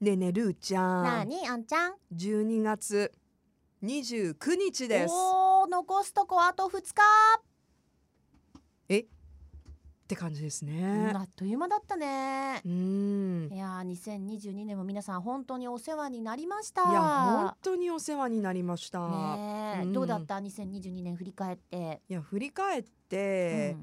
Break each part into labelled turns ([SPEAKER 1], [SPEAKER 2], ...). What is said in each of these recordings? [SPEAKER 1] ねえねえルーち
[SPEAKER 2] な
[SPEAKER 1] ゃ
[SPEAKER 2] あ
[SPEAKER 1] ん
[SPEAKER 2] にあんちゃん
[SPEAKER 1] 12月29日です
[SPEAKER 2] おー残すとこあと2日、
[SPEAKER 1] って感じです
[SPEAKER 2] う
[SPEAKER 1] ね
[SPEAKER 2] んあっという間だったね
[SPEAKER 1] う、ん
[SPEAKER 2] いやー2022年も皆さん本当にお世話になりました
[SPEAKER 1] いや本当にお世話になりました、
[SPEAKER 2] ねえ
[SPEAKER 1] うん
[SPEAKER 2] どうだった2022年振り返って、
[SPEAKER 1] いや振り返って、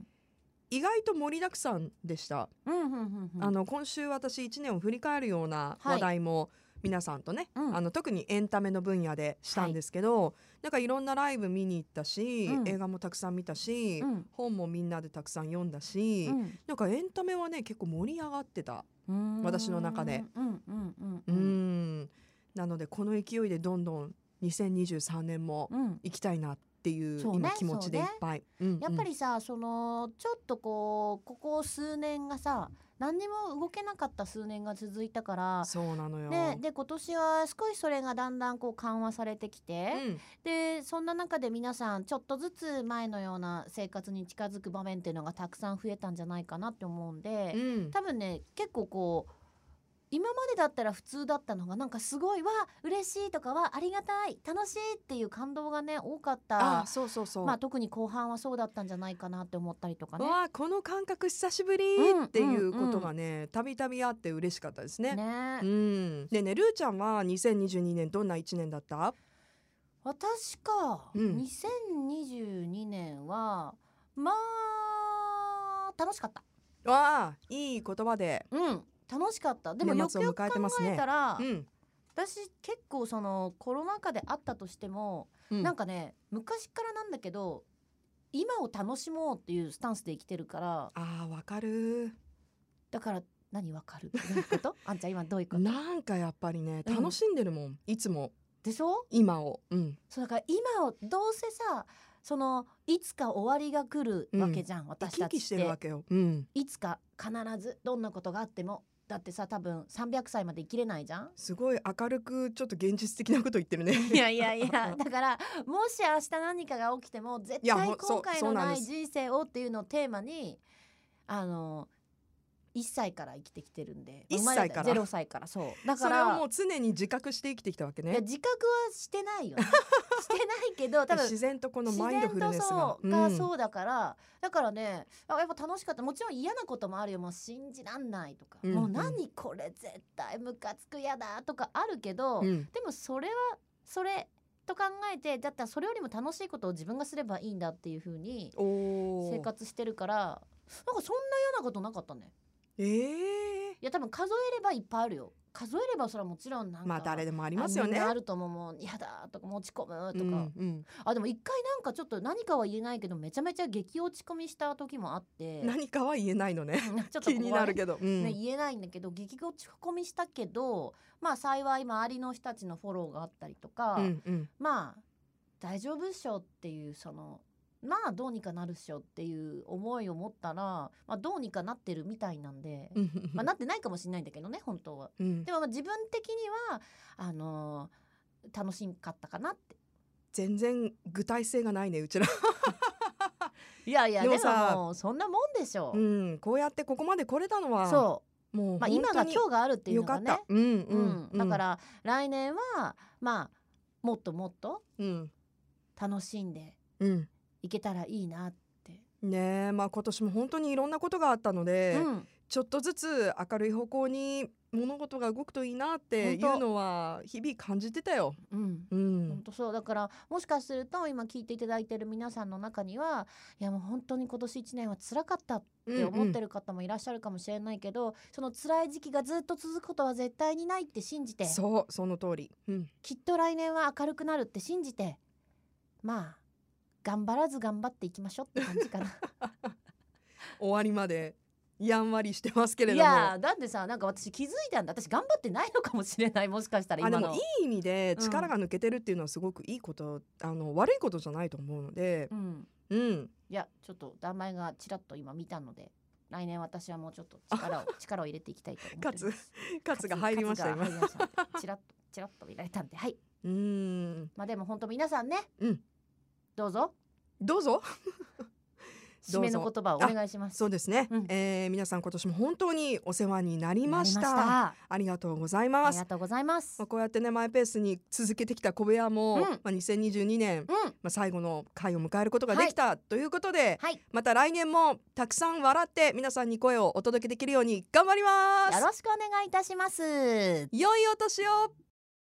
[SPEAKER 1] 意外と盛りだくさんでした、
[SPEAKER 2] うん、うんうんうんうん
[SPEAKER 1] あの今週私1年を振り返るような
[SPEAKER 2] はい
[SPEAKER 1] 話題も皆さんとね、
[SPEAKER 2] うん
[SPEAKER 1] あの特にエンタメの分野でしたんですけど、なんかいろんなライブ見に行ったし、
[SPEAKER 2] うん
[SPEAKER 1] 映画もたくさん見たし、
[SPEAKER 2] うん
[SPEAKER 1] 本もみんなでたくさん読んだし、
[SPEAKER 2] うん
[SPEAKER 1] なんかエンタメはね結構盛り上がってた
[SPEAKER 2] うーん
[SPEAKER 1] 私の中で
[SPEAKER 2] うんうんうん
[SPEAKER 1] う
[SPEAKER 2] うんん
[SPEAKER 1] なのでこの勢いでどんどん2023年も
[SPEAKER 2] うん
[SPEAKER 1] 行きたいなっていう
[SPEAKER 2] そうね
[SPEAKER 1] 今気持ちでいっぱい、うんうん
[SPEAKER 2] やっぱりさそのちょっとこうここ数年がさ何にも動けなかった数年が続いたから
[SPEAKER 1] そうなのよ、
[SPEAKER 2] ね、で今年は少しそれがだんだんこう緩和されてきて、
[SPEAKER 1] うん
[SPEAKER 2] でそんな中で皆さんちょっとずつ前のような生活に近づく場面っていうのがたくさん増えたんじゃないかなって思うんで、
[SPEAKER 1] うん
[SPEAKER 2] 多分ね結構こう今までだったら普通だったのがなんかすごいわ嬉しいとかはありがたい楽しいっていう感動がね多かっ
[SPEAKER 1] あ
[SPEAKER 2] た
[SPEAKER 1] そうそうそう、
[SPEAKER 2] まあ特に後半はそうだったんじゃないかなって思ったりとかね。
[SPEAKER 1] わあこの感覚久しぶり
[SPEAKER 2] うん
[SPEAKER 1] っていうことがねたびたびあって嬉しかったですね。
[SPEAKER 2] ね
[SPEAKER 1] うん、ねえねえるーちゃんは2022年どんな一年だった
[SPEAKER 2] 私か、
[SPEAKER 1] うん
[SPEAKER 2] 2022年はまあ楽しかった
[SPEAKER 1] わあいい言葉で、
[SPEAKER 2] うん楽しかったでもよ
[SPEAKER 1] 年
[SPEAKER 2] く
[SPEAKER 1] 末を
[SPEAKER 2] よく
[SPEAKER 1] 迎
[SPEAKER 2] 考
[SPEAKER 1] えてますね
[SPEAKER 2] えたら、
[SPEAKER 1] うん
[SPEAKER 2] 私結構そのコロナ禍であったとしても、
[SPEAKER 1] うん、
[SPEAKER 2] なんかね昔からなんだけど今を楽しもうっていうスタンスで生きてるから
[SPEAKER 1] あーわかる
[SPEAKER 2] だから何わかるどういう ことあんちゃん今どういうこと
[SPEAKER 1] なんかやっぱりね
[SPEAKER 2] うん
[SPEAKER 1] 楽しんでるもん、いつも
[SPEAKER 2] でしょ
[SPEAKER 1] 今を、うん、
[SPEAKER 2] そうだから今をどうせさそのいつか終わりが来るわけじゃん、
[SPEAKER 1] 生
[SPEAKER 2] 私
[SPEAKER 1] き生
[SPEAKER 2] たち
[SPEAKER 1] き
[SPEAKER 2] っ
[SPEAKER 1] しててるわけよ、うん、
[SPEAKER 2] いつか必ずどんなことがあってもだってさ多分300歳まで生きれないじゃん
[SPEAKER 1] すごい明るくちょっと現実的なこと言ってるね
[SPEAKER 2] いやいやいや だからもし明日何かが起きても絶
[SPEAKER 1] いや
[SPEAKER 2] 対
[SPEAKER 1] ほんそ
[SPEAKER 2] 後
[SPEAKER 1] う
[SPEAKER 2] 悔
[SPEAKER 1] そう
[SPEAKER 2] の
[SPEAKER 1] なん
[SPEAKER 2] な
[SPEAKER 1] で
[SPEAKER 2] い
[SPEAKER 1] す
[SPEAKER 2] 人生をっていうのをテーマにあの1歳から生きてきてるんで
[SPEAKER 1] 一歳から
[SPEAKER 2] 0歳からそう だ
[SPEAKER 1] そ
[SPEAKER 2] か
[SPEAKER 1] れ
[SPEAKER 2] ら
[SPEAKER 1] をもう常に自覚して生きてきたわけ
[SPEAKER 2] いや
[SPEAKER 1] ね
[SPEAKER 2] 自覚はしてな いよねしてないけど多分
[SPEAKER 1] 自然とこの
[SPEAKER 2] 自
[SPEAKER 1] マインドフ
[SPEAKER 2] 然
[SPEAKER 1] ル
[SPEAKER 2] と
[SPEAKER 1] ネスが
[SPEAKER 2] そうが
[SPEAKER 1] うん
[SPEAKER 2] そうだから、だからねあやっぱ楽しかったもちろん嫌なこともあるよもう信じらんないとか、
[SPEAKER 1] うん
[SPEAKER 2] もううん何これ絶対ムカつくやだとかあるけど、
[SPEAKER 1] うん
[SPEAKER 2] でもそれはそれと考えてだったらそれよりも楽しいことを自分がすればいいんだっていう風に
[SPEAKER 1] お
[SPEAKER 2] 生
[SPEAKER 1] ー
[SPEAKER 2] 活してるからなんかそんな嫌なことなかったね
[SPEAKER 1] えー
[SPEAKER 2] いや多分数えればいっぱいあるよ数えればそれはもちろんなんか、
[SPEAKER 1] まあ誰でもあ
[SPEAKER 2] あ
[SPEAKER 1] りますよ
[SPEAKER 2] みん
[SPEAKER 1] ね。
[SPEAKER 2] なあると思うもう嫌だとか持ち込むとか、
[SPEAKER 1] うん
[SPEAKER 2] あでも一回なんかちょっと何かは言えないけどめちゃめちゃ激落ち込みした時もあっ
[SPEAKER 1] う
[SPEAKER 2] て
[SPEAKER 1] ん、 何かは言えないのね
[SPEAKER 2] ちょっと
[SPEAKER 1] 気になる
[SPEAKER 2] ど、
[SPEAKER 1] けど、う
[SPEAKER 2] ね、
[SPEAKER 1] ん、
[SPEAKER 2] 言えないんだけど激落ち込みしたけどまあ幸い周りの人たちのフォローがあったりとか、
[SPEAKER 1] うんうん
[SPEAKER 2] まあ大丈夫っしょっていうそのまあどうにかなるっしょっていう思いを持ったら、まあ、どうにかなってるみたいなんで、
[SPEAKER 1] うん
[SPEAKER 2] まあ、なってないかもしれないんだけどね本当は。
[SPEAKER 1] うん
[SPEAKER 2] でもまあ自分的にはあのー楽しかったかなって。
[SPEAKER 1] 全然具体性がないねうちら、
[SPEAKER 2] いやいや
[SPEAKER 1] でも
[SPEAKER 2] でも
[SPEAKER 1] さ
[SPEAKER 2] もうそんなもんでしょ
[SPEAKER 1] う。ん、こうやってここまで来れたのは
[SPEAKER 2] そう
[SPEAKER 1] もう
[SPEAKER 2] う、まあ、
[SPEAKER 1] 本
[SPEAKER 2] 今
[SPEAKER 1] 当
[SPEAKER 2] が
[SPEAKER 1] に
[SPEAKER 2] 今日があるっていう
[SPEAKER 1] よ
[SPEAKER 2] の
[SPEAKER 1] か
[SPEAKER 2] が
[SPEAKER 1] っ
[SPEAKER 2] ね
[SPEAKER 1] た、うん
[SPEAKER 2] う
[SPEAKER 1] うんん、
[SPEAKER 2] だから来年はまあもっともっと
[SPEAKER 1] うん
[SPEAKER 2] 楽しんで
[SPEAKER 1] うん
[SPEAKER 2] いけたらいいなって、
[SPEAKER 1] ねえまあ今年も本当にいろんなことがあったので、
[SPEAKER 2] うん、
[SPEAKER 1] ちょっとずつ明るい方向に物事が動くといいなっていうのは日々感じてたよ。
[SPEAKER 2] うん、
[SPEAKER 1] う
[SPEAKER 2] 本
[SPEAKER 1] ん、
[SPEAKER 2] 当そうだからもしかすると今聞いていただいてる皆さんの中にはいやもう本当に今年1年は辛かったって思って
[SPEAKER 1] る、
[SPEAKER 2] る方もいらっしゃるかもしれないけど、その辛い時期がずっと続くことは絶対にないって信じ
[SPEAKER 1] う
[SPEAKER 2] て
[SPEAKER 1] んそうその通り。うん、
[SPEAKER 2] きっと来年は明るくなるって信じてまあ頑張らず頑張っていきましょうって感じかな。
[SPEAKER 1] 終わりまでやんわりしてますけれ
[SPEAKER 2] い
[SPEAKER 1] ども。
[SPEAKER 2] やーだってさなんか私気づいたんだ私頑張ってないのかもしれないもしかしたら
[SPEAKER 1] あで
[SPEAKER 2] 今の
[SPEAKER 1] もいい意味で
[SPEAKER 2] うん
[SPEAKER 1] 力が抜けてるっていうのはすごくいいこと、あの悪いことじゃないと思うので、
[SPEAKER 2] うん、
[SPEAKER 1] うん、
[SPEAKER 2] いやちょっと名前がちらっと今見たので来年私はもうちょっと 力を力を入れていきたいと思ってます
[SPEAKER 1] カツが入りました
[SPEAKER 2] カ
[SPEAKER 1] 今。
[SPEAKER 2] ツが入りましたちらっとちらっと見られたんではい
[SPEAKER 1] うん、
[SPEAKER 2] まあでも本当皆さんね、
[SPEAKER 1] うん
[SPEAKER 2] どうぞ
[SPEAKER 1] どうぞ。
[SPEAKER 2] 締めの言葉をお願いします。
[SPEAKER 1] そうですね、
[SPEAKER 2] うん
[SPEAKER 1] えー皆さん今年も本当にお世話になりました
[SPEAKER 2] なりまし
[SPEAKER 1] ありがとうござい
[SPEAKER 2] たあ
[SPEAKER 1] ま
[SPEAKER 2] り
[SPEAKER 1] す
[SPEAKER 2] がとうございます
[SPEAKER 1] まあ。こうやってねマイペースに続けてきた小部屋も、
[SPEAKER 2] うん
[SPEAKER 1] まあ2022年
[SPEAKER 2] うん。
[SPEAKER 1] まあ最後の回を迎えることができた、ということで、
[SPEAKER 2] はい
[SPEAKER 1] また来年もたくさん笑って皆さんに声をお届けできるように頑張ります
[SPEAKER 2] よろしくお願いいたします。
[SPEAKER 1] 良いお年を